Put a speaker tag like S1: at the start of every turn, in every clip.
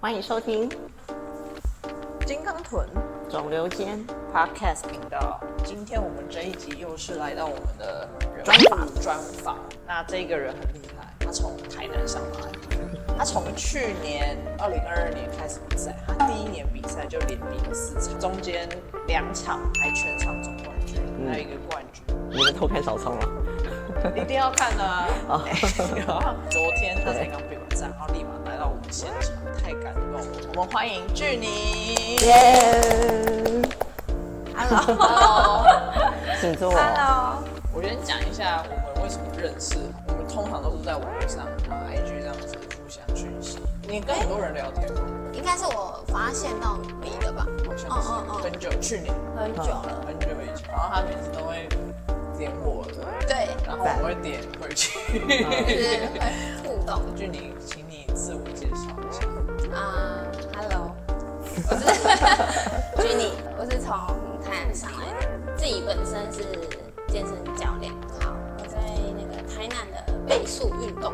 S1: 欢迎收听
S2: 金刚臀
S1: 肿瘤间
S2: Podcast 频道。今天我们这一集又是来到我们的人物专访。那这个人很厉害，他从台南上来，他从去年二零二二年开始比赛，他第一年比赛就连比了四场，中间两场还全场总冠军，还有一个冠军。
S1: 你们偷看小仓了？
S2: 一定要看的 啊
S1: 哦！
S2: 然后昨天他才刚比完赛，然后立马来到我们现场，太感动了。我们欢迎巨尼
S1: 耶、
S2: ，Hello，Hello。
S1: 请坐。
S2: Hello，我先讲一下我们为什么认识。我们通常都是在网络上、然后 IG 这样子互相讯息。你跟很多人聊天吗？
S3: 应该是我发现到你的吧，
S2: 好像
S3: 嗯嗯
S2: 是
S3: 嗯
S2: 很久，去年
S3: 很久了。
S2: 很久以前。然后他每次都会点我的，
S3: 对，
S2: 然后我会点回去。
S3: 就是会互动
S2: 就你，请你自我介绍一下。
S3: 啊。Hello，我是 Jenny，我是从台南上来的，自己本身是健身教练。好，我在那个台南的倍速运动。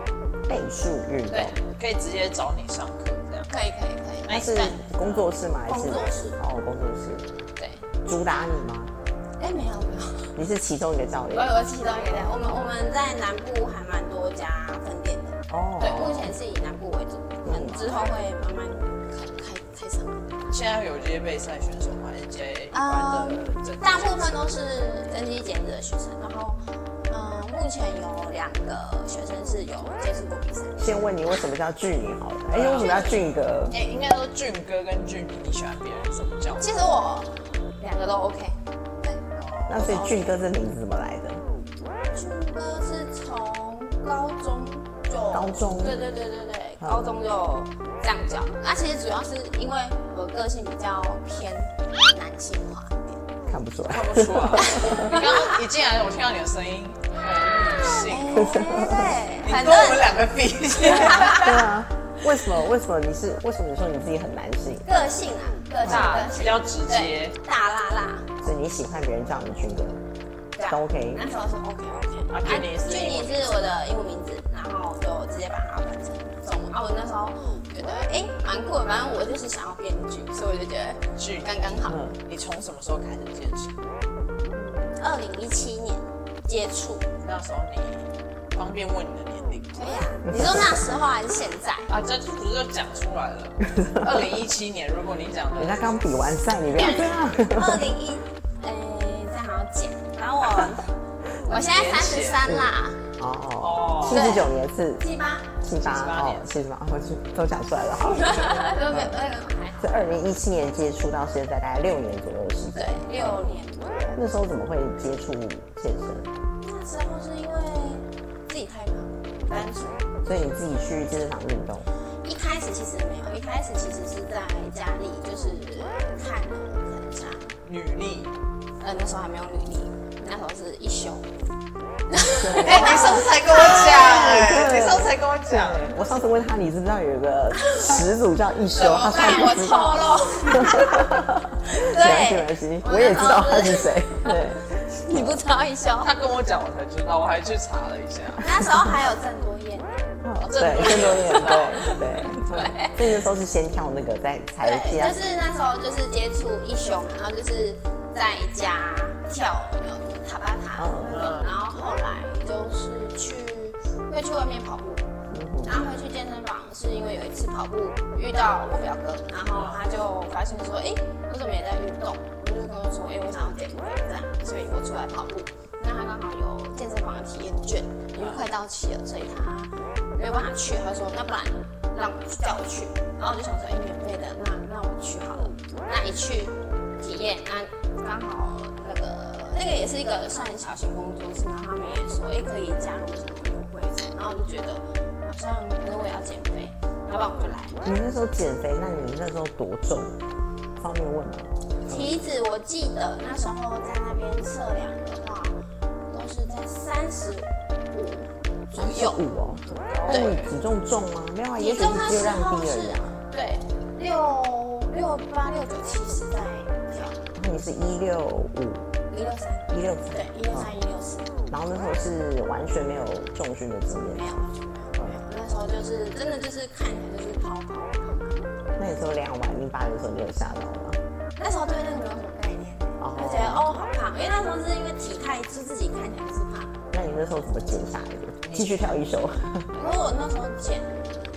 S1: 倍数运动
S3: 对，，
S2: 可以直接找你上课这样。
S3: 可以可以可以。
S2: 那
S1: 是工作室吗？还是
S3: 工作室
S1: 哦，工作室
S3: 对，
S1: 主打你吗？
S3: 哎，没有没有，
S1: 你是其中一个教
S3: 我
S1: 练
S3: 有提到一个，我们我们在南部还蛮多家分店的。
S1: 哦
S3: 对，目前是以南部为主，可能之后会慢慢开开开上。
S2: 现在有这些备赛选手吗？还是这些一般的正常？
S3: 嗯大部分都是增肌减脂的学生，然后，嗯、目前有两个学生是有接触过比赛。
S1: 先问你为什么叫俊你好了？
S3: 啊
S1: 哎、为什么叫俊哥？
S2: 哎，应该说俊哥跟俊你，你喜欢别人怎么叫吗？
S3: 其实我两个都 OK。对，啊
S1: 那所以俊哥这名字怎么来的？
S3: 军哥是从高中就
S1: 高中
S3: 对对对对对，高中就这样教。那、其实主要是因为我个性比较偏男性化一点。
S1: 看不出来
S2: 看。不出来。你刚刚一进来，我听到你的声音很女性，
S3: 哎
S2: 你
S3: 对，反
S2: 跟我们
S3: 正
S2: 两个比起来，
S1: 对啊，为什么？为什么你是？为什么你说你自己很男性？
S3: 个性啊，个性
S2: 大
S3: 个
S2: 比
S3: 性
S2: 较直接
S3: 对。，大辣辣。
S1: 所以你喜欢别人叫你俊哥？
S3: 对啊
S1: 都 OK
S3: 那时候是 OK OK。
S2: 啊
S3: 啊，
S2: Jenny 是
S3: 俊
S2: 英文
S3: 尼是我的英文名字，然后我就直接把它翻成中文。啊，我那时候觉得哎蛮酷的，反正我就是想要编剧，所以我就觉得
S2: 俊
S3: 刚刚好。
S1: 嗯
S2: 你从什么时候开始健身？
S3: 二零一七年接触，
S2: 那时候你方便问你的年龄吗？
S3: 对呀、
S1: 嗯
S3: 你说那时候还是现在？
S2: 啊，这不是就讲出来 了？二零一七年，如果你讲
S1: 人家
S2: 的，
S1: 刚比完赛，你不要这样。
S3: 二零一，哎，这样好像减。然后我我现在三十三 啦，
S1: 哦，七
S3: 对
S1: 十九年是
S3: 七八，
S1: 七八
S2: 78
S1: 哦，
S2: 年
S1: 七十八，我就都讲出来了。好，
S3: 都没有那个还好。
S1: 是二零一七年接触到现在大概六年左右的时间
S3: 对。，六年多。
S1: 那时候怎么会接触健身？
S3: 那时候是因为自己太忙，单纯。
S1: 所以你自己去健身房运动，
S3: 一开始其实没有，一开始其实是在家里就是看了很长，
S2: 履历，
S3: 呃，那时候还没有履历，那时候是一休。
S2: 哎，你上次才跟我讲，哎，
S1: 对
S2: 你上次才跟我讲，哎
S1: 我上次问他，你知不知道有一个始祖叫一休？他说
S3: 我
S1: 他不知 道。
S3: 错了。
S1: 没关系，没关系，，
S3: 对
S1: 我也知道他是谁。对，
S3: 你不知道一休？
S2: 他跟我讲，我才知道，我还去查了一下。
S3: 那时候还有郑多燕，
S1: 哦
S2: 这
S1: 对，
S2: 我也
S1: 郑多
S2: 知
S1: 燕，
S2: 道
S1: 对对。所以那时候是先跳那个，再才
S3: 对，
S1: 加
S3: 就是那时候就是接触一休，然后就是在家跳有没有塔巴塔那个，然后后来就是去会去外面跑步，然后会去健身房，是因为有一次跑步遇到我表哥，然后他就发现说，哎、我怎么也在运动？我就跟他说，哎、我想要减肥这样，所以我呃出来跑步。那他刚好有健身房的体验券，因为快到期了，所以他没有办法去。他说，那不然让我去叫我去。然后我就想说，哎、免费的，那那我去好了。那一去体验，那刚好那个呃那个也是一个算小型工作室，然后他们也说，哎、可以加入什么优惠什么，然后我就觉得好像那我也要减肥，要不然我就来。
S1: 你那时候减肥，那你那时候多重？方便问吗？
S3: 体脂我记得那时候在那边测量的话，都是在三十五左右。
S1: 五哦，那你体重重吗？没有啊，也
S3: 体
S1: 许
S3: 重
S1: 是
S3: 那
S1: 肌肉
S3: 时
S1: 量
S3: 候
S1: 低而
S3: 是
S1: 已啊。
S3: 对六六八六九七十在跳
S1: 然后你是一六五、
S3: 一六三，
S1: 一六
S3: 对一六三一六四。
S1: 然后那时候是完全没有重训的经
S3: 没
S1: 验，
S3: 有，完全没有，没有。那时候就是真的就是看起来就是跑跑跑，
S1: 那零八年的时候，你有吓到吗？
S3: 那时候对那个没有什么概念，
S1: 哦
S3: 就觉得哦好胖，因为那时候是因为体态就自己看起来就是胖，
S1: 那你那时候怎么减下来的？继续跳一首，
S3: 可是我那时候减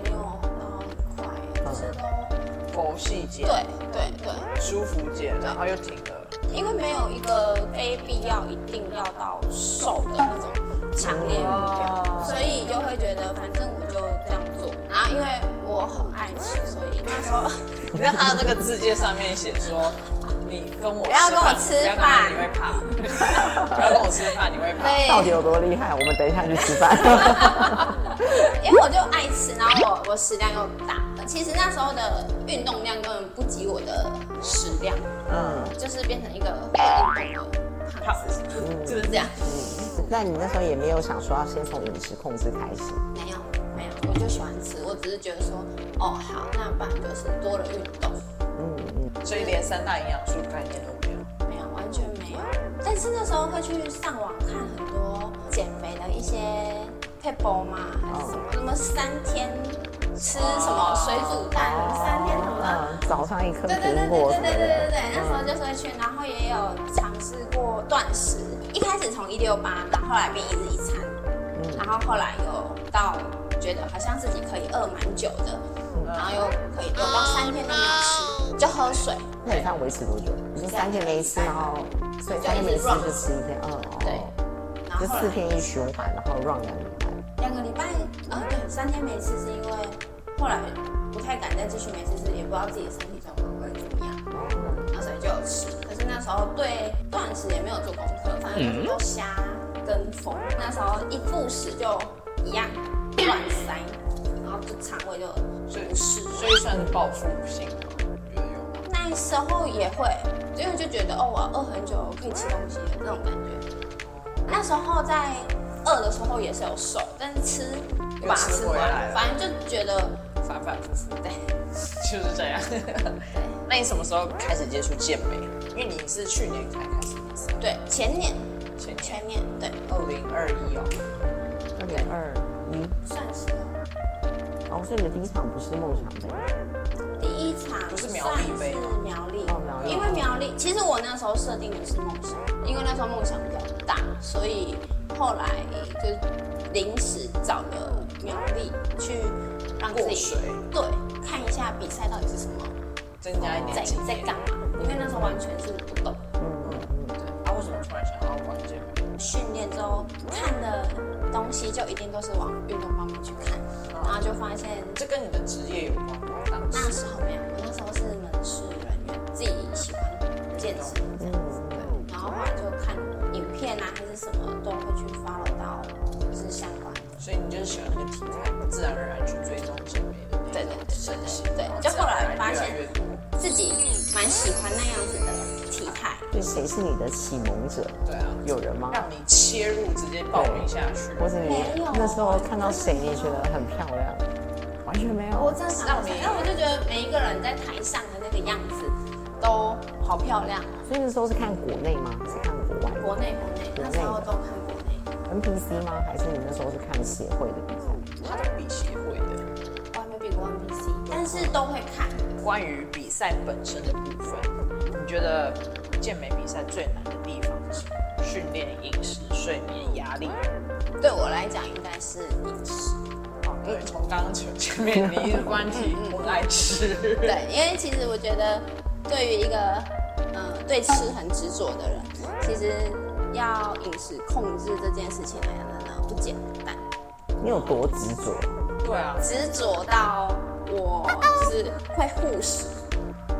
S3: 没有到很快，就是都
S1: 嗯
S2: 佛系减，
S3: 对对对，
S2: 舒服减，然后又停了。
S3: 因为没有一个非必要一定要到瘦的那种强烈目
S1: 嗯
S3: 标，
S2: 哦
S3: 所以就会觉得反正我就这样做，然后因为我很爱吃，所以那时候。
S2: 你看他那个字界上面写说，你跟我
S3: 不要跟我
S2: 吃
S3: 吃
S2: 饭不
S3: 饭
S2: 要跟我你会胖，不要跟我吃饭，你会胖。
S3: 对，
S1: 到底有多厉害？我们等一下去吃饭。
S3: 因为我就爱吃，然后我我食量又大，其实那时候的运动量根本不及我的食量，
S1: 嗯，
S3: 就是变成一个会运动的胖子，是不是这样？
S1: 那你那时候也没有想说要先从饮食控制开始？
S3: 没有没有，我就喜欢吃，我只是觉得说，哦好，那不然就是多了运动，
S2: 所以连三大营养素概念都没有。
S3: 没有完全没有。但是那时候会去上网看很多减肥的一些 p a p e 嘛，还是什么什么三天吃什么水煮蛋，三天什么的。
S1: 嗯，早上一颗
S3: 对对对对
S1: 苹果
S3: 对
S1: 什么
S3: 对对对
S1: 的。
S3: 对，那时候就是会去，然后也有尝试过断食，一开始从一六八，然后后来变一日一餐，然后后来又到觉得好像自己可以饿蛮久的，然后又可以饿到三天都没有吃，就喝水，
S1: 那你看维持多久？你说三天没吃，然后所以三天没吃就吃一天，嗯，哦
S3: 对，然后
S1: 就
S3: 后
S1: 四
S3: 来
S1: 天一循环，然后 run 两个礼拜。
S3: 两个礼拜，呃，对，三天没吃是因为后来不太敢再继续没吃，是也不知道自己的身体状况会怎么样。那所以就有吃。可是那时候对断食也没有做功课，反正就是都瞎跟风。那时候一复食就一样乱塞，然后就肠胃就
S2: 所
S3: 不
S2: 以
S3: 适。
S2: 所以算是报复性吗？我觉得有吗？
S3: 那时候也会，因为就觉得哦，我要饿很久，我可以吃东西了这种感觉。那时候在饿的时候也是有瘦，但是吃
S2: 又
S3: 把它
S2: 吃
S3: 吃
S2: 回
S3: 回
S2: 来
S3: 来，
S2: 了
S3: 反正就觉得
S2: 反反复复，
S3: 对。
S2: 就是这样。那你什么时候开始接触健美？因为你是去年才开始健身，
S3: 对，前年，
S2: 前年
S3: 前年，对，
S2: 二零二一哦，
S1: 二点二一，
S3: 算是哦
S1: 哦，所以你的第一场不是梦想杯，
S3: 第一场
S2: 不是
S3: 算
S2: 苗栗杯吗
S3: 是苗栗，
S1: 哦苗栗
S3: 因为苗栗，其实我那时候设定的是梦想，因为那时候梦想比较大，所以后来就临时找了苗栗去让自
S2: 过
S3: 己
S2: 水
S3: 对看一下比赛到底是什么，
S2: 增加一
S3: 在
S2: 点经
S3: 在
S2: 验。
S3: 干嘛，因为那时候完全是不懂。
S2: 他啊为什么突然想要玩健美？
S3: 训练之后看的东西就一定都是往运动方面去看，然后就发现
S2: 这跟你的职业有关吗？当
S3: 那
S2: 时
S3: 时候没有，我那时候是门市人员，自己喜欢健身这样子，对。然后后来就看影片啊，还是什么都会去 follow 到，就是相关的。
S2: 所以你就是喜欢那个题材，自然而然去追踪健美的那
S3: 对
S2: 种
S3: 对对
S2: 身形，
S3: 对
S2: 然
S3: 就后
S2: 自然
S3: 来
S2: 而然
S3: 发
S2: 越来
S3: 现
S2: 越多。
S3: 自己蛮喜欢那样子的体态，
S1: 所以谁是你的启蒙者？
S2: 对啊，
S1: 有人吗？
S2: 让你切入直接报名下去，
S1: 或是你
S3: 没有
S1: 那时候看到谁你觉得很漂亮？完全没有。
S3: 我正常的，那我就觉得每一个人在台上的那个样子都好漂亮哦。
S1: 所以那时候是看国内吗？还是看国外？
S3: 国内国内，那时候都看国内，
S1: NPC 吗？还是你那时候是看协会的比赛？
S2: 他的比协会的
S3: 我还没比过 NPC，但是都会看。
S2: 关于比赛本身的部分，你觉得健美比赛最难的地方是什么？训练、饮食、睡眠、压力。
S3: 对我来讲，应该是饮食。
S2: 哦，对，从刚刚前前面你一直关题，我爱吃。啊
S3: 对，因为其实我觉得，对于一个嗯、呃对吃很执着的人，其实要饮食控制这件事情来讲呢不简单，
S1: 你有多执着？
S2: 对啊，
S3: 执着到我就是会护食，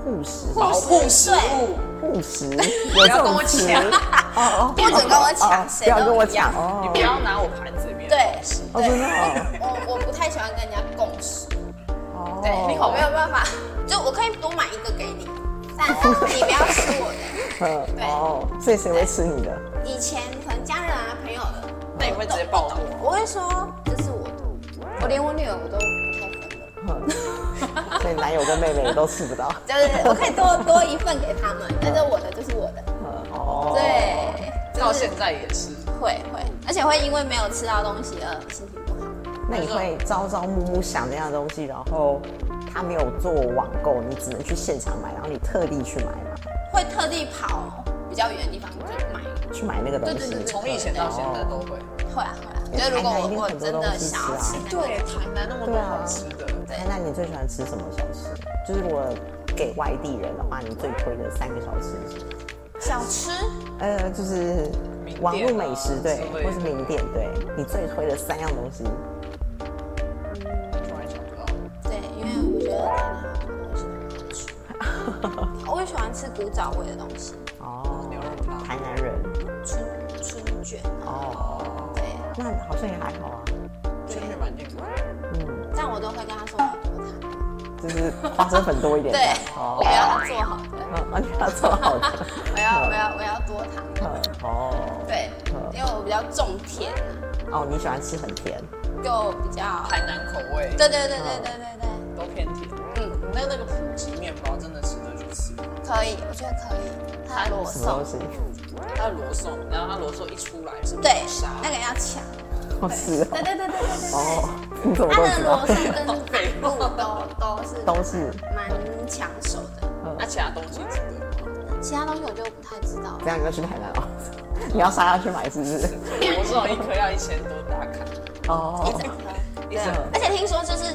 S1: 护食，
S2: 保护食
S3: 对
S2: 物，
S1: 护 食，有这
S2: 要跟
S1: 种
S2: 我
S1: 词
S2: 抢
S1: 哦哦，
S3: 不准跟我抢，
S1: 哦
S3: 谁
S1: 不要跟
S3: 都
S1: 我
S3: 一样
S1: 抢。
S2: 你
S1: 哦。
S2: 不要拿我盘子里面的
S3: 对
S2: 东西。
S1: 哦，真的哦
S3: 我我不太喜欢跟人家共食，
S1: 哦。
S3: 对，你好没有办法，就我可以多买一个给你，但 你不要吃我的。
S1: 嗯
S3: 对
S1: 哦，所以谁会吃你的？
S3: 以前可能家人啊朋友的，
S2: 那你会直接抱我？
S3: 我会说这是我的，我连我女儿我都不太分的。
S1: 嗯所以男友跟妹妹都吃不 到。
S3: 就是我可以多多一份给他们，但是我的就是我的，
S1: 嗯哦，
S3: 对，
S2: 到
S3: 就是
S2: 现在也 是，
S3: 会会，而且会因为没有吃到东西而心情不好，
S1: 那你会朝朝暮暮想这样的东西，然后他没有做网购，你只能去现场买，然后你特地去买嘛，
S3: 会特地跑比较远的地方去买。
S1: 去买那个东西。
S3: 对对对
S2: 从以前到现在都会。
S3: 会啊会啊，我觉得如果我我真的想要吃，啊
S2: 对，台南那么多好吃的，
S1: 哎，那你最喜欢吃什么小吃？就是如果给外地人的话，你最推的三个小吃是什么？
S3: 小吃
S1: 呃，就是
S2: 名店啊
S1: 网络美食对
S2: 之类，的
S1: 或是名店对，你最推的三样东西。
S2: 突然想不到。
S3: 对，因为我觉得台南好多东西都好吃。我也喜欢吃古早味的东西，
S1: 哦
S2: 牛肉汤
S1: 台南人
S3: 春春卷，
S1: 哦，
S3: 对，
S1: 那好像也还好啊，
S2: 真的蛮健康的。
S3: 但我都会跟他说我要多糖，
S1: 就是花生粉多一点。
S3: 对，
S1: 哦
S3: 我，要他做好的，
S1: 嗯，啊，你把它做好的。
S3: 我要我要我要多糖，
S1: 嗯哦
S3: 对，因为我比较重甜啊，
S1: 哦，你喜欢吃很甜，
S3: 又比较，
S2: 台南口味
S3: 对对对对对对对，
S2: 都偏甜。嗯，那那个普吉面包真的值得去吃。
S3: 可以，我觉得可以，他裸
S1: 什么东
S3: 送，
S1: 西？
S2: 它的罗宋，然后它罗宋一出来是
S3: 对
S2: 白沙，，
S3: 那个要抢，
S1: 好吃
S3: 对对对对对对对。
S1: 哦，你怎么
S3: 它
S1: 都
S3: 的
S1: 知
S3: 罗
S1: 道
S3: 宋？跟北部都 都是
S1: 都是
S3: 蛮抢手的，
S2: 那其他东西值得吗？
S3: 其他东西我就不太知道了
S1: 这。样你就去台南了。 你要杀下去买是不是？
S2: 罗宋一颗要一千多打卡，
S1: 哦
S3: 一，整颗，对啊
S2: 嗯，
S3: 而且听说就是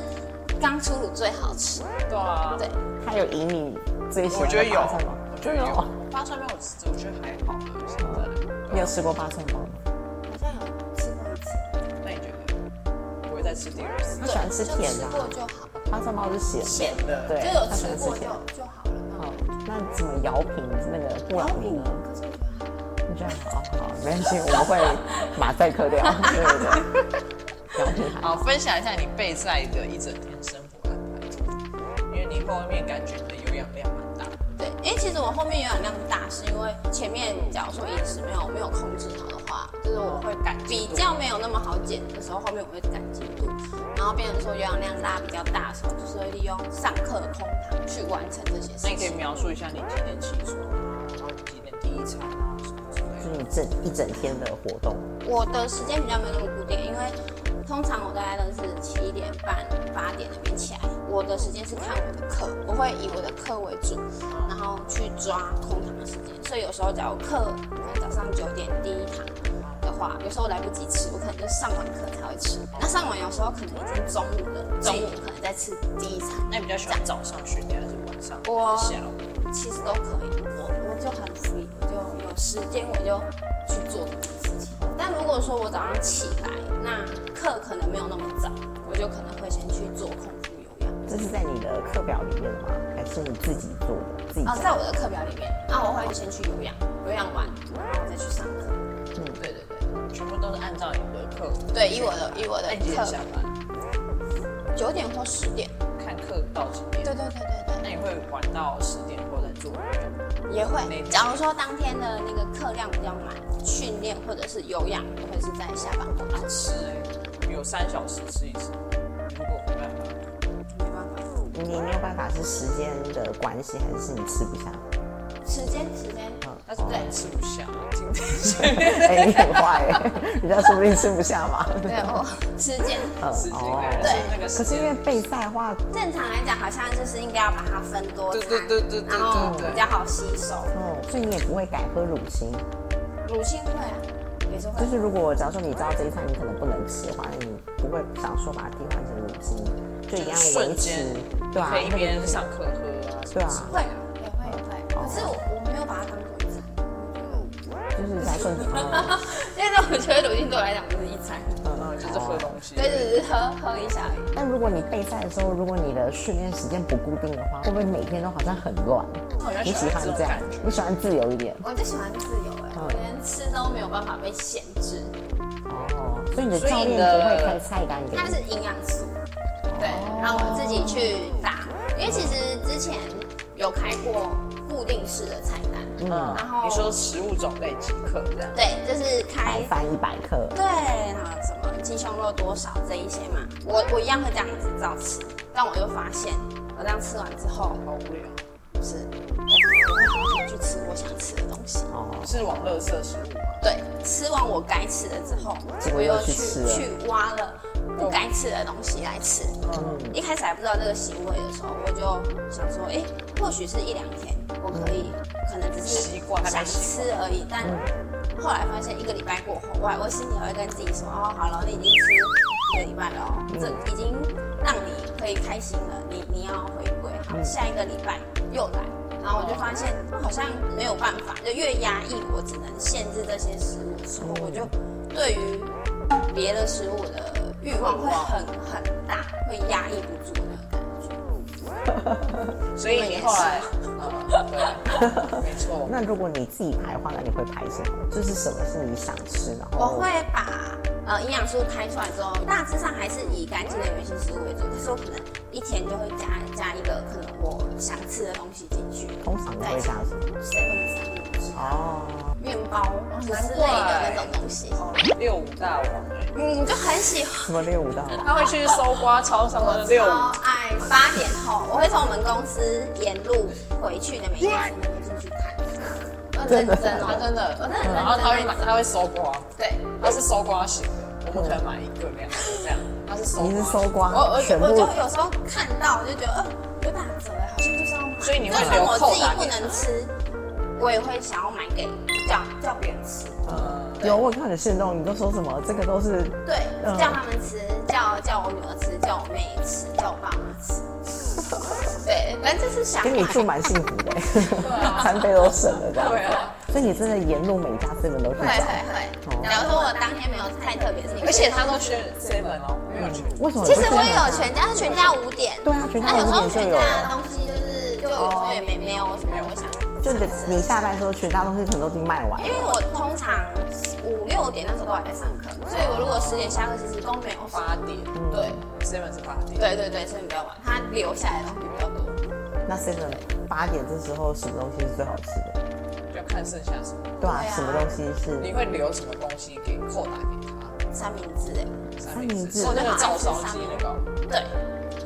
S3: 刚出炉最好吃，
S2: 对啊，
S3: 对，
S1: 他有以你最喜
S2: 我
S1: 欢
S2: 觉得
S1: 的
S2: 有
S1: 巴蒜吗？，哦
S2: 我觉得有。八蒜面我吃，我觉得还好，现在。啊
S1: 你哦有吃过八蒜包吗？
S3: 好像有吃过一次，
S2: 那你觉得不会再吃第二次？
S1: 他喜欢吃
S3: 就
S1: 甜
S3: 吃
S1: 的
S3: 过
S1: 啊，
S3: 就好，
S1: 八蒜包是咸的。
S3: 甜
S2: 的
S1: 对
S3: 就有
S1: 他喜
S3: 吃
S1: 欢吃
S3: 过就
S1: 甜
S3: 就好了。
S1: 哦，那怎么摇瓶那个布朗尼呢？
S3: 可是我觉得还好
S1: 你这样哦，好，没关系，我们会马赛克掉。对对对，摇瓶还好
S2: 好，分享一下你备赛的一整天生活安排，因为你后面感觉你的有氧量蛮大。
S3: 对，因为其实我后面有氧量大，是因为前面假如说饮食没有没有控制好的话，就是我会感比较没有那么好减的时候，后面我会感进度，然后变成说有氧量拉比较大的时候，就是会利用上课的空堂去完成这些
S2: 那你可
S3: 事
S2: 以
S3: 情。
S2: 描述一下你几点起床啊，然后你几点第一餐啊什么之类
S1: 就
S2: 的。
S1: 是你整一整天的活动，
S3: 我的时间比较没有那么固定，因为通常我大概都是七点半、八点那边起来。我的时间是看我的课，我会以我的课为主，然后去抓空堂的时间。所以有时候假如课可能早上九点第一堂的话，有时候我来不及吃，我可能就上完课才会吃。那上完有时候可能已经中午了，中午可能再吃第一餐，
S2: 那你比较喜欢早上训练还是晚上？
S3: 我
S2: 还是下午。
S3: 其实都可以。我我就很 free，我就有时间我就去做这件事情。但如果说我早上起来，那课可能没有那么早，我就可能会先去做空腹有氧。
S1: 这是在你的课表里面的吗？还是你自己做的？自己
S3: 哦，
S1: 讲
S3: 在我的课表里面，那我会先去有氧，有氧完，然后再去上课。
S2: 对对对，全部都是按照你的课。
S3: 对，以我的以我的
S2: 那你几点下
S3: 课
S2: 班？
S3: 九点或十点。
S2: 看课到几点？
S3: 对对对对
S2: 那你会玩到十点后再做运动？
S3: 对，也会
S2: 没。
S3: 假如说当天的那个课量比较满，训练或者是有氧都会是在下班后开始，
S2: 吃欸，有三小时吃一次。如果没办法，
S3: 没办法。
S1: 你没有办法是时间的关系，还是你吃不下？
S3: 时间时间，啊
S2: 但是
S3: 对
S2: 对吃不下，今天前面
S1: 哎、你很坏哎、人家说不定吃不下嘛。
S3: 对我时间。
S1: 嗯
S2: 时间
S1: 哦
S2: 对那个时
S1: 可是因为
S2: 间。
S1: 备赛的话，
S3: 正常来讲，好像就是应该要把它分多餐，
S2: 对对对对对
S3: 然后
S2: 对对
S3: 比较好吸收。
S1: 哦，所以你也不会改喝乳清。
S3: 乳清会啊，也是
S1: 就
S3: 会。
S1: 是如果假如说你知道这一餐你可能不能吃的话，那你不会想说把它替换成乳清，就一样维
S2: 瞬
S1: 持
S2: 间，，
S1: 对啊，
S2: 可以一
S1: 那
S2: 边
S1: 个
S2: 上课喝啊，
S1: 对啊，
S3: 会也会
S2: 哦
S3: 会，可是我我没有把它当做一 餐，
S1: 就是在顺哦，
S3: 因为我觉得乳清对我来讲不是一餐，
S2: 嗯，就是喝东
S1: 哦
S2: 西，
S3: 对，只是喝喝一下而已。
S1: 但如果你备赛的时候，如果你的训练时间不固定的话，会不会每天都好像很乱？
S2: 像
S1: 你喜欢这样
S2: 喜欢这种感觉？
S1: 你喜欢自由一点？
S3: 我就喜欢自由哎、
S2: 嗯
S3: 我连吃都没有办法被限制。
S1: 哦，所以你的
S2: 所以
S1: 教
S2: 你
S1: 练
S2: 的
S1: 不会开菜单给
S3: 它
S1: 你
S3: 是营养素，对，
S2: 哦
S3: 让我自己去打。因为其实之前有开过固定式的菜单，
S2: 嗯
S3: 然后
S2: 你说食物种类即可这样，
S3: 对，就是开
S1: 白饭一百克，
S3: 对啊，什么鸡胸肉多少这一些嘛，我我一样会这样子照吃，但我就发现我这样吃完之后，
S2: 好无聊，
S3: 就是我想去吃我想吃的东西。
S1: 哦，
S2: 是往垃圾食物吗？
S3: 对，吃完我该吃的之后，
S1: 结果
S3: 我
S1: 又
S3: 又
S1: 去
S3: 去
S1: 吃了
S3: 去挖了不该吃的东西来吃。
S1: 嗯
S3: 一开始还不知道这个行为的时候，我就想说，哎、或许是一两天我可以，可能只是
S2: 习惯还没
S3: 想
S2: 习
S3: 吃而已。但后来发现一个礼拜过后，我还我心里还会跟自己说，哦，好了，你已经吃一个礼拜了哦，
S2: 嗯
S3: 这已经让你可以开心了，你你要回归，好，
S2: 嗯
S3: 下一个礼拜又来。然后我就发现好像没有办法，就越压抑，我只能限制这些食物的时候，我就对于别的食物的欲望会很很大，会压抑不住的感觉。
S2: 所以你后来，嗯， 对，没错，
S1: 那如果你自己排的话，那你会排什么？就是什么是你想吃，然
S3: 我
S1: 后
S3: 会把呃营养素开出来之后，大致上还是以干净的原型食物为主，可是我可能一天就会加加一个可能我想吃的东西进去，
S1: 通常你会加什么？
S3: s e
S1: 哦，
S3: 面包之
S2: 难
S3: 类的
S2: 怪
S3: 那种东西，
S2: 六五大王哎，
S3: 嗯，就很喜欢。
S1: 什么六五道？
S2: 他会去搜刮超商的六
S3: 超
S2: 五
S3: 爱八点后，我会从我们公司沿路回去的每一家店进去看。我认真
S2: 他
S3: 哦，
S2: 真的，
S3: 真的
S2: 然后他会买，他会搜刮，
S3: 对，
S2: 他是搜刮型的，我们可能买一个两个这样，他是搜刮，
S1: 你是搜刮
S3: 我我
S1: 全
S3: 我就
S1: 部？
S3: 有时候看到我就觉得，呃，没办法，怎么好像就是要买。
S2: 所以你
S3: 就
S2: 会
S3: 算
S2: 留
S3: 我
S2: 扣
S3: 自己
S2: 打
S3: 不
S2: 给
S3: 能吃，我也会想要买给叫叫别人吃，
S2: 呃，
S1: 有我看你现动，你都说什么？这个都是
S3: 对
S1: 嗯，
S3: 叫他们吃，叫叫我女儿吃，叫我妹吃，叫我爸妈吃。
S2: 嗯
S3: 对，反正就是想
S1: 跟你
S3: 买。
S1: 住蛮幸福 的、餐费都省了这样。
S2: 对啊，
S1: 所以你真的沿路每家 seven 都去
S3: 会
S1: 找，
S3: 会会。假如说我当天没有太特别的事情，
S2: 哦而且他都去 seven 哦，没有去，
S1: 为什么？
S3: 其实我也有全家，是全家五点。
S1: 对啊全家
S3: 那有时
S1: 五
S3: 候
S1: 点就
S3: 全
S1: 有
S3: 家的东西就是，就有时候也没没有什么我想
S1: 就
S3: 吃
S1: 是
S3: 的吃
S1: 你下班的时候，全家东西可能都已经卖完
S3: 因为我通常五六点那时候都还在上课，所以我如果十点下课，其实都没有发。
S2: 八点，对，seven 是八点，
S3: 对对对，所以比较晚，他留下来的东西比较多。
S1: 那 seven 八点这时候什么东西是最好吃的？
S2: 就看剩下什么，
S1: 对啊，
S3: 对啊
S1: 什么东西
S2: 你
S1: 是？
S2: 会留什么东西给扣打给他？
S3: 三明治哎，
S2: 三
S1: 明治
S2: 是那个照烧鸡那个，
S3: 对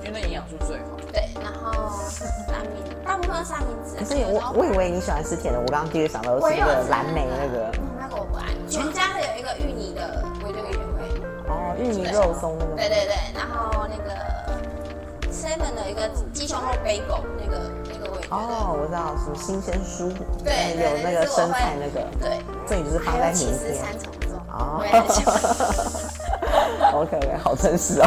S2: 因为那营养素最好。
S3: 对，然后三明，大部分都是三明治。
S1: 所以我我以为你喜欢吃甜的，我刚刚第一个想到的是那个蓝莓那个，
S3: 嗯那个我不爱。全家的有一个芋泥的，我就也会。
S1: 哦，芋泥肉松那
S3: 对
S1: 个，
S3: 对对，然后那个 Seven 的有一个鸡胸肉 bagel 那个那个我也觉得，
S1: 哦，我知道，什么新鲜蔬，
S3: 对对
S1: 有那个
S3: 对
S1: 生菜那个，
S3: 对，
S1: 所以你就是放在
S3: 还
S1: 明
S3: 有起司
S1: 天。
S3: 三重奏，
S1: 哦
S3: 我也很喜欢。
S1: OK OK，好真实哦。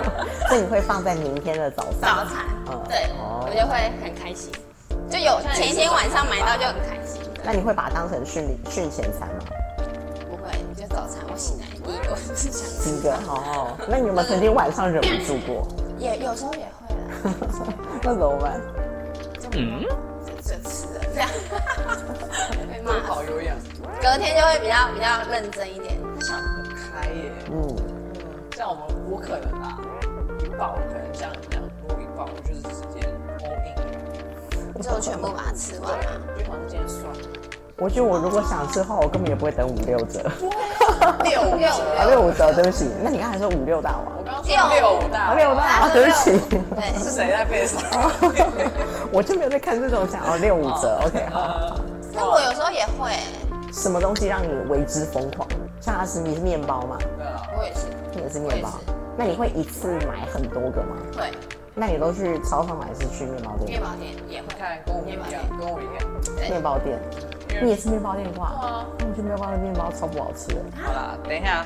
S1: 所以你会放在明天的早
S3: 早
S1: 上。
S3: 餐
S1: 嗯，
S3: 对
S1: 哦
S3: 我就会很开心，就有前一天晚上买到就很开心。
S1: 那你会把它当成训训前餐 吗？
S3: 不会，就早餐我醒来第一个我就是想吃，
S1: 第
S2: 嗯
S1: 一个哦。那你有没有曾经晚上忍不住 过？
S3: 也有时候也会啊啦，
S1: 那怎么办？
S3: 就就吃了 这样，被骂
S2: 不。好有氧，
S3: 隔天就会比较比较认真一点，
S2: 他想得很开耶。
S1: 嗯，
S2: 像我们我可能啊，一爆可能像你这样，如果一爆，我就是直接 all in，
S3: 就全部把它吃完嘛。
S2: 就好像今天算了，
S1: 我觉得我如果想吃的话，我根本也不会等五六折。
S2: 六
S3: 六
S1: 啊，
S3: 六
S1: 六五折，对不起。那你刚才说五六大
S2: 我
S1: 王，
S2: 刚刚说六大，
S1: 六大啊，对不起，
S3: 对
S2: 是。谁在背上？
S1: 我就没有在看这种想要六五折。OK，好，
S3: 哦
S2: 呃，
S3: 那我有时候也会，
S1: 什么东西让你为之疯狂？像阿斯，你是面包吗？
S2: 对啊，
S3: 我也是
S1: 你也是面包
S3: 我也是。
S1: 那你会一次买很多个吗？
S3: 会
S1: 那你都去超商买，还是去面包
S3: 面
S1: 店？
S3: 包店也会
S2: 你，看跟我们一样，跟我一样，
S1: 面包店，
S2: 因
S1: 你也
S2: 为
S1: 是面包店挂？
S2: 嗯啊
S1: 那我觉得面包店面包超不好吃的。
S2: 好啦，等一下，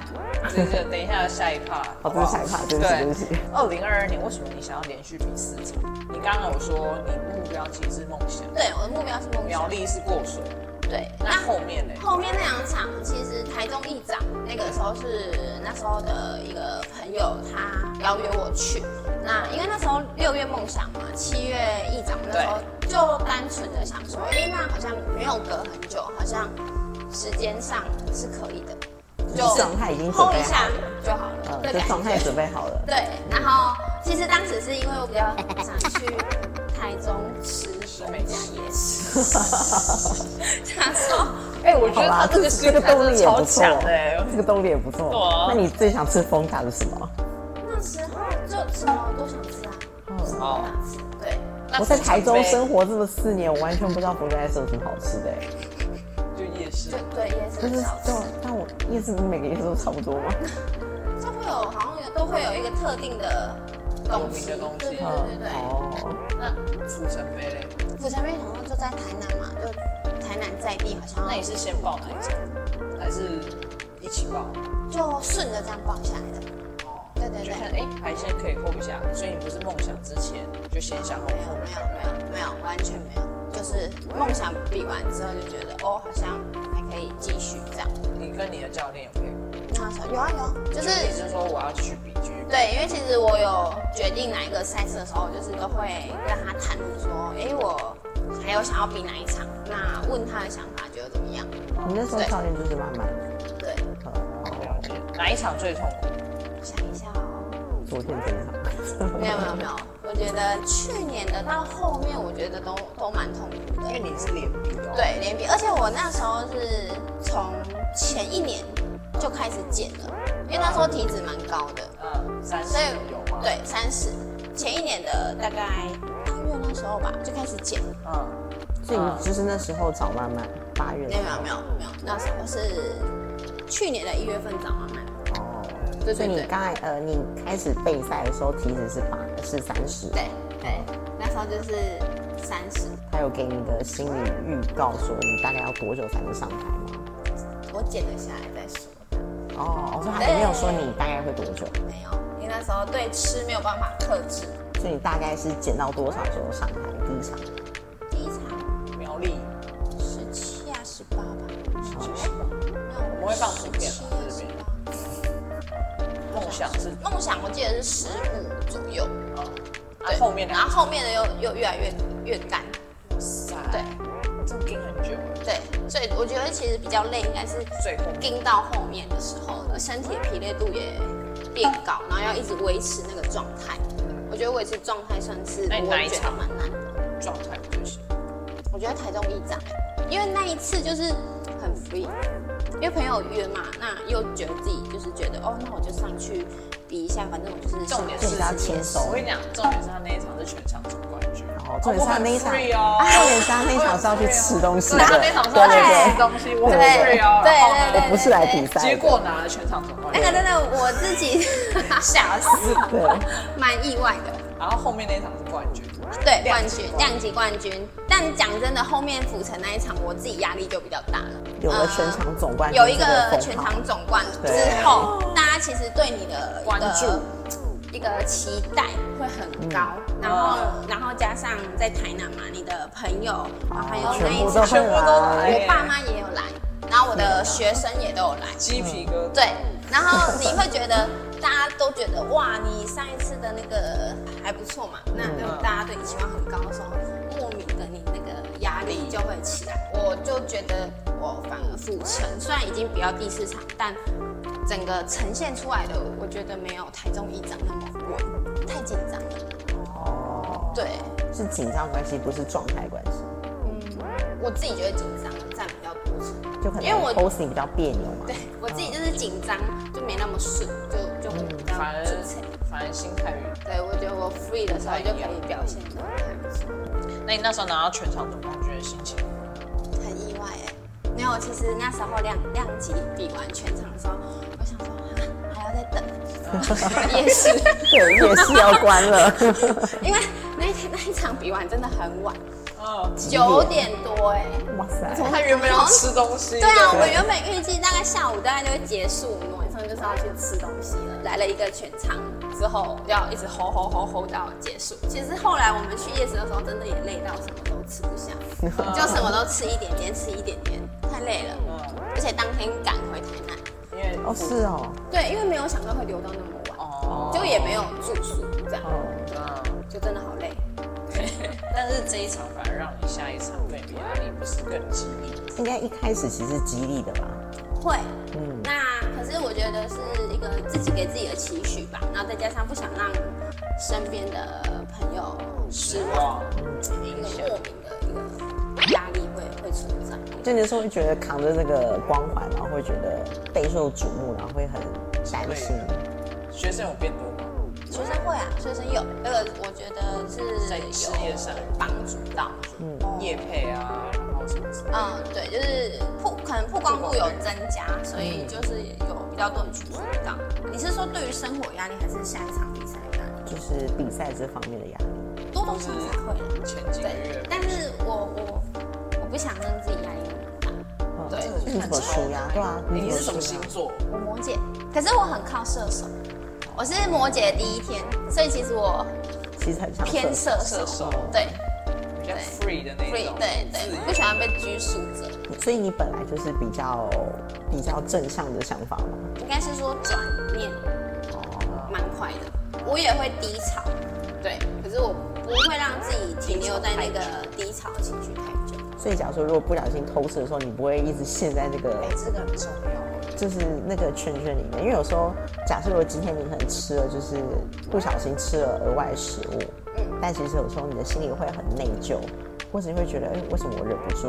S2: 这是等一下下一趴，
S1: 哦，
S2: 不
S1: 这是下一趴，对不起，对不起。
S2: 二零二二年为什么你想要连续比四场？你刚刚有说你目标其实是梦想，
S3: 对，我的目标是梦
S2: 苗
S3: 想。
S2: 栗是过水，
S3: 对，
S2: 嗯那后面呢？
S3: 后面那两场，其实台中一长那个时候是那时候的一个朋友，他邀约我去。那因为那时候六月梦想嘛，七月一长，那时候就单纯的想说，哎、那好像没有隔很久，好像时间上是可以的，
S1: 就是状态已经准
S3: hold
S1: 备
S3: 一
S1: 好
S3: 下就好了。
S1: 呃，
S3: 的
S1: 就
S3: 感
S1: 状态
S3: 觉
S1: 准备好了。
S3: 对，然后其实当时是因为我比较想去台中吃美家夜 市，他说
S2: 哎、我觉
S1: 好
S2: 得
S1: 啦
S2: 他，这个心
S1: 这个
S2: 态真
S1: 动
S2: 的
S1: 力也
S2: 超
S1: 不错
S2: 强的、欸，，
S1: 这个动力也不错。
S2: 对啊
S1: 那你最想吃风卡是什么？
S3: 那时候就什么都想吃啊，什么都想吃，对，
S2: 那
S1: 我在台中生
S2: 活，
S1: 活这么四年，我完全不知道福州夜市有什么好吃的、欸。
S2: 就夜市
S3: 就，对夜
S1: 就
S3: 市
S1: 是
S3: 小吃
S1: 对，，但我夜市不是每个夜市都差不多吗？
S3: 就会有好像有都就会有一个特定的
S2: 有
S3: 东
S2: 名
S3: 西，
S2: 的东西
S3: 对对对对对。
S1: 哦，
S2: 那出神杯嘞？
S3: 釜山妹想说就在台南嘛，就台南在地好像
S2: 那你是先报哪一种，还是一起报？
S3: 就顺着这样逛下来的。对对
S2: 就
S3: 对，
S2: 看 哎，海鲜可以后一下，所以你不是梦想之前就先想后
S3: 没有没有没有没有，完全没有，就是梦想比完之后就觉得哦，好像还可以继续这样。
S2: 你跟你的教练有没有？
S3: 那时候有啊有啊，就
S2: 你
S3: 是
S2: 是说我要去比剧？
S3: 对，因为其实我有决定哪一个赛事的时候，就是都会跟他谈论说，哎，我还有想要比哪一场，那问他的想法觉得怎么样？
S1: 你那时候
S3: 对
S1: 教练就是慢慢的，
S3: 对，
S2: 了解哪一场最痛苦？
S3: 想一下哦。
S1: 昨天这一场，
S3: 没有没有没有，我觉得去年的到后面，我觉得都都蛮痛苦的
S2: 因为。你是脸皮哦。
S3: 对，连比，而且我那时候是从前一年就开始减了，因为那时候体脂蛮高的，
S2: 嗯，三十
S3: 所以
S2: 有吗？，
S3: 对三十，前一年的大概八月那时候吧就开始减，
S2: 嗯，
S1: 所以你就是那时候找慢慢八月
S3: 没有没有没有没有，那时候是去年的一月份长慢慢，
S1: 哦，
S3: 对
S1: 所
S3: 对
S1: 以你
S3: 对
S1: 刚才呃，你开始备赛的时候体脂是八是三十，
S3: 对对，那时候就是三十，
S1: 他有给你的心理预告说你大概要多久才能上台吗？
S3: 我减了下来再说，
S1: 哦，我说他
S3: 对
S1: 没有说你大概会多久，
S3: 没有，因为那时候对吃没有办法克制，
S1: 所以你大概是减到多少时候上台第一场？
S3: 第一场
S2: 苗栗
S3: 十七啊十啊八吧，
S2: 就是
S3: 没有，
S2: 我会放图片啊这
S3: 十
S2: 边
S3: 八。
S2: 梦想是
S3: 梦想我记得是十五左右，
S2: 哦，啊
S3: 对，
S2: 后面的
S3: 然后后面的又又越来越越干，
S2: 塞，
S3: 对，
S2: 这盯很久，
S3: 对，所以我觉得其实比较累，应该是
S2: 最后面
S3: 盯到后面的时候，身体的疲累度也变高，然后要一直维持那个状态。我觉得维持状态算是
S2: 那你
S3: 我
S2: 哪一
S3: 觉得
S2: 场
S3: 蛮难的。
S2: 状态不就行？
S3: 我觉得台中一长，因为那一次就是很 free，因为朋友约嘛，那又觉得自己就是觉得哦，那我就上去比一下，反正我就是
S2: 重点
S3: 想
S2: 是
S1: 他
S3: 试试
S1: 牵
S3: 也
S1: 手
S2: 我跟你讲，重点是他那一场是全场总冠军，
S1: 哦，重点是他那一场，
S2: 我
S1: 重
S2: 很 free
S1: 点
S2: 哦
S1: 是他那一场是要去吃东西的，
S3: 啊
S2: 对他啊那场是要去吃东西，我很
S3: 对
S2: free 哦。
S3: 对
S2: 然后
S3: 对哎
S1: 我不是来比赛的，
S2: 结果拿了全场总冠
S3: 那
S2: 军
S3: 个，真的我自己 吓死，
S1: 对，
S3: 蛮意外的。
S2: 然后后面那场是冠军，
S3: 对，
S2: 量
S3: 冠军
S2: 级，
S3: 量级冠军。但讲真的，后面府城那一场，我自己压力就比较大了。
S1: 有了全场总冠军，
S3: 有一个全场总冠之
S1: 对
S3: 后，大家其实对你的一个
S2: 关注
S3: 一个期待会很高，然后然后加上在台南嘛，你的朋友啊，还有那
S1: 全部
S3: 一
S1: 都
S3: 场，
S1: 会来，
S3: 我爸妈也有来，然后我的学生也都有来，
S2: 鸡皮疙瘩。
S3: 对，然后你会觉得大家都觉得哇，你上一次的那个还不错嘛，那
S2: 嗯
S3: 那种大家对你期望很高的时候，莫名的你那个压力就会起来。我就觉得我反而复成，虽然已经比较第四场，但整个呈现出来的，我觉得没有台中一长那么稳，太紧张了。
S1: 哦，
S3: 对，
S1: 是紧张关系，不是状态关系，
S3: 嗯，我自己觉得紧张占比较多成。
S1: 就可能
S3: 因为我
S1: posing 比较别扭嘛
S3: 对，我自己就是紧张，就没那么顺，就就会比较
S2: 嗯反而
S3: 出嗯彩。
S2: 反而心态愉
S3: 对，我觉得我 free 的时候就可以表现的还不错，
S2: 那你那时候拿到全场总冠军的心情，
S3: 很意外哎、没有，其实那时候量量级比完全场的时候，我想说啊，还要再等，也是，
S1: 对，也是要关了，
S3: 因为那一天那一场比完真的很晚，哦
S2: 嗯，
S3: 九点多哎、
S1: 哇 塞，
S2: 他原本要吃东西，
S3: 对啊，我原本预计大概下午大概就会结束，我们晚上就是要去吃东西了。来了一个全场之后，要一直吼吼吼吼到结束。其实后来我们去夜市的时候，真的也累到什么都吃不 下，就什么都吃一点点，吃一点点，太累了。
S2: 嗯，
S3: 而且当天赶回台南，
S2: 因为
S1: 哦是哦，
S3: 对，因为没有想到会留到那么晚，
S2: 哦
S3: 就也没有住宿，这样
S1: 哦，
S2: 嗯，
S3: 就真的好累。
S2: 但是这一场反而让你下一场对比压力不是更激励，
S1: 应该一开始其实激励的吧，
S3: 会，
S1: 嗯
S3: 那可是我觉得是一个自己给自己的期许吧，然后再加上不想让身边的朋友失望，一个莫名的一个压力会会存在。
S1: 就你候会觉得扛着那个光环，然后会觉得备受瞩目，然后会很担心，
S2: 学生有变多吗？
S3: 学生会啊，学生有那个，我觉得
S2: 在
S3: 是
S2: 事
S3: 有
S2: 业嗯上
S3: 帮助到。嗯
S2: 叶配啊，然后什么什么，
S3: 嗯，对，就是不可能不光顾有增加，所以就是有比较多人去学这样。你是说对于生活压力，还是下一场比赛的压力？
S1: 就是比赛这方面的压力。
S3: 多多少少会啦，
S2: 前几个
S3: 对
S2: 月。
S3: 但是我我我不想让自己压力那么大。
S1: 嗯
S3: 对
S1: 那你怎么舒压？对啊，
S2: 你是什么
S1: 舒
S2: 星
S1: 压？
S2: 座？
S3: 我摩羯，可是我很靠射手。我是摩羯第一天，所以其实我
S1: 其实很像
S3: 偏
S1: 射手
S2: 射
S3: 射
S2: 手，
S3: 手，对
S2: 比较 free 的那
S3: ，free，
S2: 种，
S3: 对
S2: 自
S3: 对
S2: 由，
S3: 不喜欢被拘束着，
S1: 所以你本来就是比较比较正向的想法嘛。
S3: 应该是说转念蛮快的。我也会低潮，对，可是我不会让自己停留在那个低潮情绪太久。
S1: 所以假如说如果不小心偷吃的时候，你不会一直陷在那个
S2: 哎，这个很重要。
S1: 就是那个圈圈里面，因为有时候假设如果今天你可能吃了，就是不小心吃了额外食物，但其实有时候你的心里会很内疚，或者你会觉得，哎、为什么我忍不住？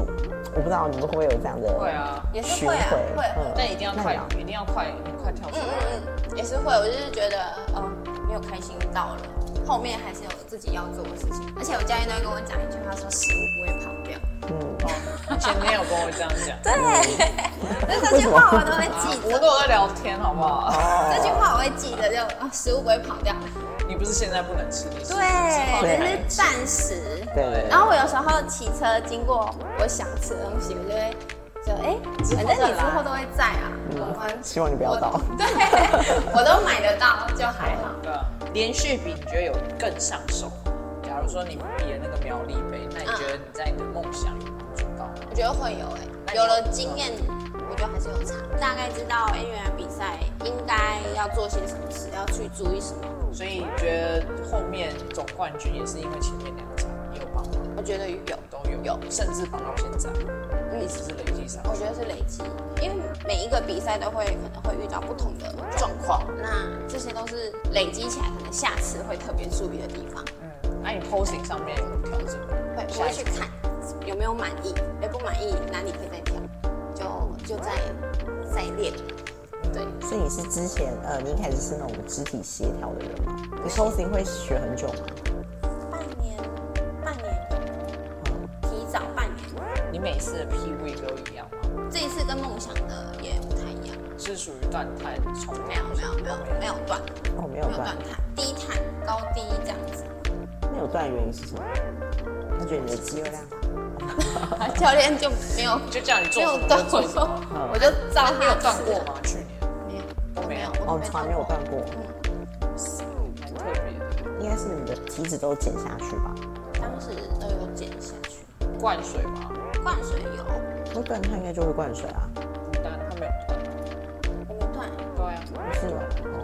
S1: 我不知道你们会不会有这样的
S2: 会啊
S3: 也是
S1: 循
S3: 会
S1: 环
S3: 啊会啊
S1: 嗯
S2: 但一定要
S1: 那
S2: 快
S1: 你要，
S2: 一定要快，快跳出
S3: 嗯
S2: 来。
S3: 嗯嗯，也是会，我就是觉得，哦，没有开心到了，后面还是有自己要做的事情。而且我教练都会跟我讲一句话，说食物不会跑 掉。
S2: 哦前天有跟我这样 讲，
S3: 对，这句话我都会记
S2: 我们。
S3: 得
S2: 都有在聊天，好不好？
S3: 这句话我会记得，就啊，食物不会跑掉。
S2: 你不是现在不能吃，你是
S1: 对
S3: 对，这是暂时。
S1: 对对对
S3: 然后我有时候骑车经过我想吃的东西，我就会就哎，反正你之后都会在啊，我们
S1: 嗯希望你不要倒
S3: 我对，我都买得到，就还好。
S2: 对啊，连续比你觉得有更享受？假如说你比了那个苗栗杯，那你觉得你在你的梦想有帮助到吗？
S3: 我觉得会有哎、有了经验，我觉得还是有差。大概知道哎，原来比赛应该要做些什么事，要去注意什么。
S2: 所以你觉得后面总冠军也是因为前面两场也有帮忙，
S3: 我觉得有，
S2: 都有，有甚至帮到现在，一直是累积上去。
S3: 我觉得是累积，因为每一个比赛都会可能会遇到不同的状况，那这些都是累积起来，可能下次会特别注意的地方。
S2: 嗯，那你 posing 上面有调整吗？
S3: 会我
S2: 下
S3: 会
S2: 一
S3: 去
S2: 次
S3: 看有没有满意，哎不满意哪里可以再调，就就再再练。对，
S1: 所以你是之前呃，你一开始是那种肢体协调的人吗？你 posing 会学很久吗？
S3: 半年，半年有，提早半年。
S2: 你每次的 P V 都一样吗？
S3: 这一次跟梦想的也不太一样，
S2: 是属于断碳重
S3: 没有没有没有没有断，
S1: 哦，没有
S3: 没有
S1: 断
S3: 断，碳，低碳高低这样 子。
S1: 没有断的原因是什么？他觉得你的肌肉量
S3: 教练就没有
S2: 就叫你
S3: 没
S2: 做
S3: 有
S2: 什么
S3: 断
S2: 就做
S3: 过
S2: 什么，，
S3: 我就
S2: 那
S3: 照他
S2: 你有断过
S3: 吃的？
S2: 吗？去年
S3: 没有，
S2: 都没有，
S1: 哦，从来没有断过，
S2: 蛮特别的。
S1: 应该是你的体脂都减下去吧？
S3: 当时都有减下去，
S2: 灌水吗？
S3: 灌水有，
S1: 会断它应该就会灌水啊，
S2: 不但他没有断，
S3: 我没断，
S2: 对啊，
S1: 是吗？哦。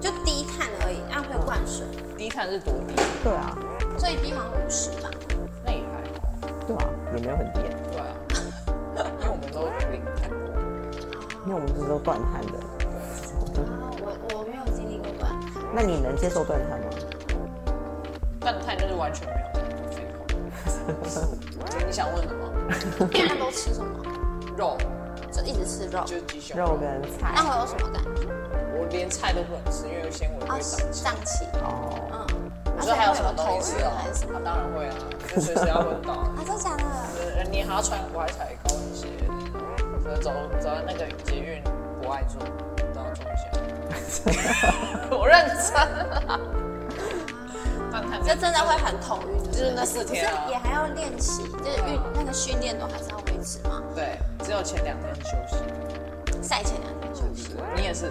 S3: 就低碳而已，但会灌水，
S2: 低碳是多低？
S1: 对啊，
S3: 最低好像五十吧，
S2: 那也还好，
S1: 对啊，也没有很低，
S2: 对啊，因为我们都零碳过，
S1: 因为我们这都断碳的。
S2: 嗯
S3: 啊，我我没有经历过断碳，
S1: 那你能接受断碳吗？
S2: 断碳就是完全没有碳，就废话。你想问什么？
S3: 因为那都吃什么？
S2: 肉
S3: 就一直吃肉，
S2: 就是鸡胸
S1: 肉跟菜
S3: 那会有什么感觉？
S2: 我连菜都不能吃，因为有纤维
S3: 啊
S2: 会长，起来。
S3: 胀气，
S1: 哦，
S3: 嗯，
S2: 你说还有什么
S3: 头
S2: 东西吃
S3: 晕
S2: 哦
S3: 还是什么？
S2: 啊当然会啊，就随时要闻到啊。
S3: 啊，真假的？
S2: 呃你还要穿国外才高跟鞋，呃走走到那个捷运不爱坐，都要坐一下。 我认真啊，但他
S3: 这真的会很头晕，
S2: 就是那四天啊
S3: 可是也还要练习，就是运那个训练都还是要维持嘛。
S2: 对，只有前两天休息，
S3: 赛前两天休息，
S2: 是你也是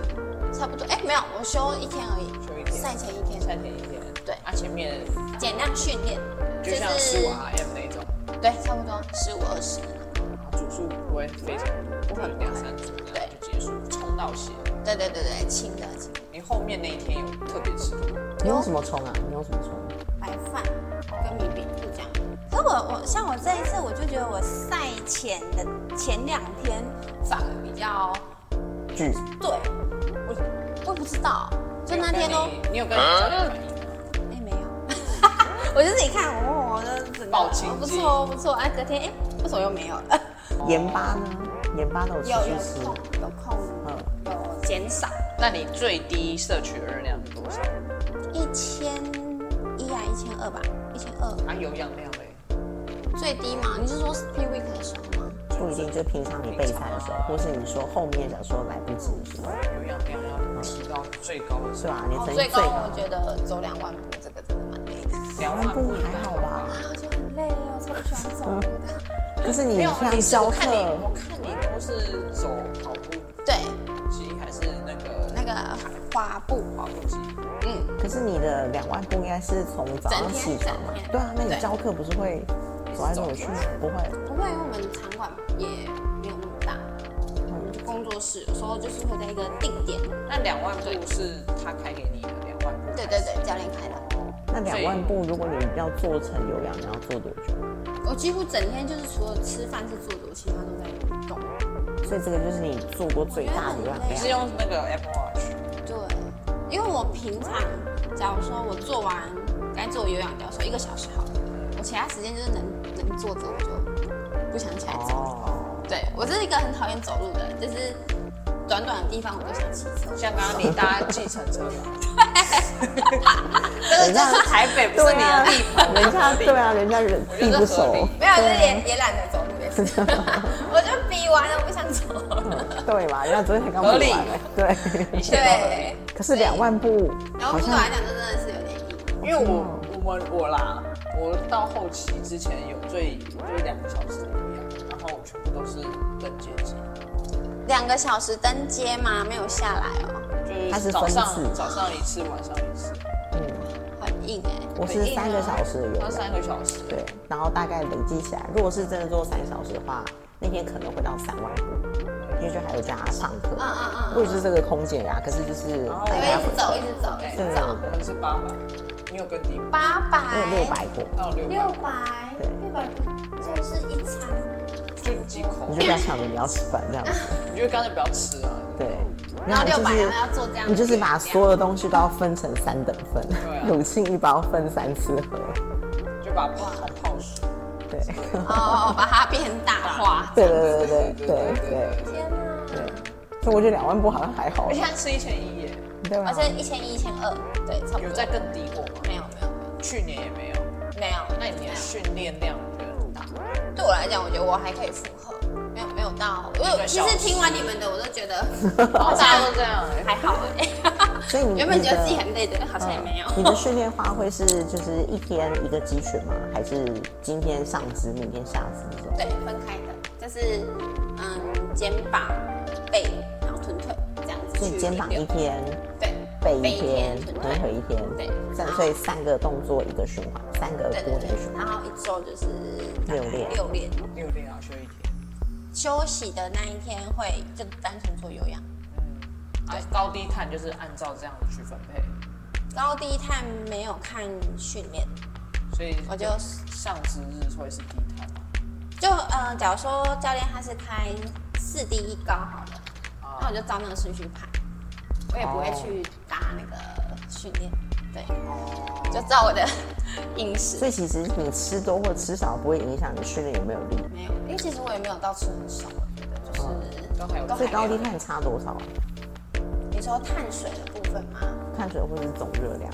S3: 差不多。哎，没有，我休一天而已。
S2: 休一天
S3: 赛前一
S2: 三
S3: 天，
S2: 天一天，
S3: 对
S2: 啊前面
S3: 减量训练，
S2: 就像十五 RM 那种，
S3: 对，差不多十五二十。
S2: 组数不会非常多，可能两三组这样就结束，冲到血。
S3: 对对对对，轻的轻的。
S2: 你后面那一天有特别吃多，
S1: 你用什么冲啊？你用什么冲？
S3: 白饭跟米饼就这样。可是我我像我这一次，我就觉得我赛前的前两天反而比
S2: 哦
S3: 较
S1: 剧
S3: 对，
S2: 为什么？
S3: 我也不知道，就那天都。
S2: 你有跟你教练反映吗？
S3: 哎、没有， 我就自己看，哦，我的整个
S2: 暴情
S3: 哦不
S2: 记
S3: 错不错，哎、隔天哎、为什么又没 有了？
S1: 盐巴呢？盐巴都有持
S3: 有
S1: 续
S3: 有
S1: 吃。
S3: 空有空，有减少
S2: 那你最低摄取的热量是多少？
S3: 一千一啊一千二吧，一千二
S2: 啊，有氧量嘞，
S3: 最低嘛？你是说 P week 的时候吗？
S2: 就
S1: 不一定就平常你备餐的时候，或是你说后面想说来不及的时候，
S2: 啊有氧量要提到最高的
S1: 是
S2: 是
S1: 吧？你
S3: 哦
S1: 曾经
S3: 最
S1: 最
S3: 高
S1: 高
S3: 我觉得走两万步这个真的蛮累的，
S2: 两
S1: 万
S2: 万
S1: 步
S2: 步
S1: 还好吧？
S3: 啊，我觉得很累哦，超不喜欢走路的。
S1: 就是你
S2: 没有，
S1: 像
S2: 你是
S1: 教
S2: 我看你，
S1: 课
S2: 我看你都是走跑步
S3: 对，
S2: 机还是那个
S3: 那个花步，
S2: 跑步机？
S3: 嗯，
S1: 可是你的两万步应该是从早上
S3: 整
S1: 起
S3: 天
S1: 床嘛
S3: 整？天
S1: 对啊，那你
S3: 对
S1: 教课不是会走来走去吗？不会，
S3: 不会，因为我们场馆也没有那么大，我们就工作室有时候就是会在一个定点，
S2: 那两万步是他开给你的两万步？
S3: 对对对，教练开的。
S1: 那两万步如果你要做成有氧，你要做多久？
S3: 我几乎整天就是除了吃饭是坐着，其他都在运动。
S1: 所以这个就是你做过最大的有氧
S3: 我觉得很累
S2: 你是
S1: 量。
S2: 用那个 Apple Watch？
S3: 对，因为我平常假如说我做完该做有氧，假如说一个小时好了，我其他时间就是能能坐着我就不想起来走。
S1: 哦，
S3: 对我是一个很讨厌走路的人，就是短短的地方我都想骑车。
S2: 像刚刚你搭计程车吧？但是这是 台北，不是你的地盘，
S1: 啊人家对啊，人家人
S2: 我觉
S1: 地
S2: 得
S1: 不
S2: 这合
S1: 熟
S2: 理，
S3: 没有，就是也也懒得走路也是， 我就比完了，我不想走了。
S1: 对嘛？人家昨天才刚
S2: 合
S1: 比
S2: 理
S1: 完欸，对。
S2: 一切都合理
S3: 对。
S1: 可是两万步
S3: 然后
S1: 好
S3: 对我
S1: 像
S3: 来讲，这真的是有点
S2: 因
S3: 硬。
S2: 为我我们我啦，我到后期之前有最就是两个小时的一样，然后全部都是登阶级，
S3: 两个小时登阶吗？没有下来哦，
S2: 就
S1: 它是
S2: 是早
S1: 分次
S2: 上早上一次，晚上一次，
S3: 很硬哎、
S1: 我是三个小时的有
S2: 它
S1: 氧，
S2: 三个小时，
S1: 对，然后大概累积起来，如果是真的做三小时的话，那天可能会到三万步，因为就还有加上课，
S3: 嗯嗯嗯
S1: 不只是这个空姐呀，可是就是
S2: 哦
S1: 大
S3: 因为
S1: 家
S3: 一直走，一直走，一直
S1: 对
S3: 走，
S2: 我们是八百，你有跟低吗？
S3: 八百，
S1: 我有六
S2: 哎
S1: 百过，
S2: 到六
S3: 六
S2: 百
S3: 百，
S1: 对
S3: 六百就是一餐，
S2: 就几口
S1: 你，就不要想着你要吃饭这样子，
S2: 你就干脆不要吃啊，
S1: 对，
S3: 然后
S1: 就
S3: 六百，
S1: 是
S3: 然后要做这样，
S1: 你就是把
S3: 哦
S1: 所有的东西都要分成三等份，
S2: 啊
S1: 有庆一包分三次喝，
S2: 就把泡泡水，
S1: 对，
S3: 哦，把它变大化。
S1: 对对对对对
S2: 对
S1: 对
S2: 对
S1: 对
S2: 对对，
S3: 天哪！
S1: 所以我觉得两万步好像还好
S2: 而，且它吃一千一耶，
S1: 对啊吧
S3: 而？且哦一千一、一千二，对，差不多。
S2: 有在更低过吗？哎
S3: 没有没有
S2: 去年也没有，
S3: 没有，
S2: 那你的训练量我觉得很大，
S3: 对我来讲，我觉得我还可以负荷，没有没有到，因为我其
S2: 小
S3: 实
S2: 时
S3: 听完你们的，我都觉 得
S2: 哦
S3: 好
S2: 大家
S3: 像
S2: 都这样欸
S3: 还好哎、
S1: 所以你
S3: 原本
S1: 你
S3: 觉得
S1: 的嗯
S3: 自己很累的，好像也没有。
S1: 你的训练话会是就是一天一个肌群吗？还是今天上肢，明天下肢这种？
S3: 对，分开的，就是嗯，肩膀、背，然后臀腿这样子
S1: 所以
S3: 去
S1: 肩膀一
S3: 流
S1: 天，
S3: 对，
S1: 背一天，
S3: 臀
S1: 臀腿
S3: 腿
S1: 一天，
S3: 对
S1: 这样
S3: 好
S1: 所以三个动作一个循环，三个
S3: 对
S1: 过
S3: 对
S1: 程循
S3: 对，
S1: 环。
S3: 然后一周就是大概
S1: 六练
S3: 六练，
S2: 六天要休一天。
S3: 休息的那一天会就单纯做有氧，
S2: 啊，高低碳就是按照这样子去分配，
S3: 高低碳没有看训练，
S2: 所以
S3: 我就
S2: 上肢日会是低碳啊嘛，
S3: 就呃，假如说教练他是开四低一高好了，
S2: 哦
S1: 啊
S3: 那我就照那个顺序排，我也不会去搭那个训练，对，就照我的 饮食
S1: 哦所。以其实你吃多或吃少不会影响你训练有没有力。
S3: 没有，因为其实我也没有到吃很少，我觉得
S1: 哦
S3: 就是
S2: 都还有
S1: 所以高低
S3: 有
S1: 碳差多少啊？
S3: 你说碳水的部分吗？
S1: 碳水或者是总热量？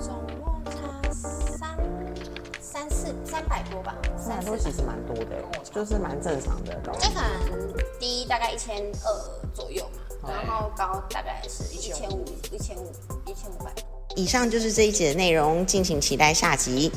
S3: 总共差三三四三百多吧，
S1: 三
S3: 三
S1: 百
S3: 四
S1: 多其实蛮多的欸，就是蛮正常的高。
S3: 就可能低大概一千二左右嘛，然后高大概是哦一千五、一千五、一千五百。
S1: 以上就是这一集的内容，敬请期待下集。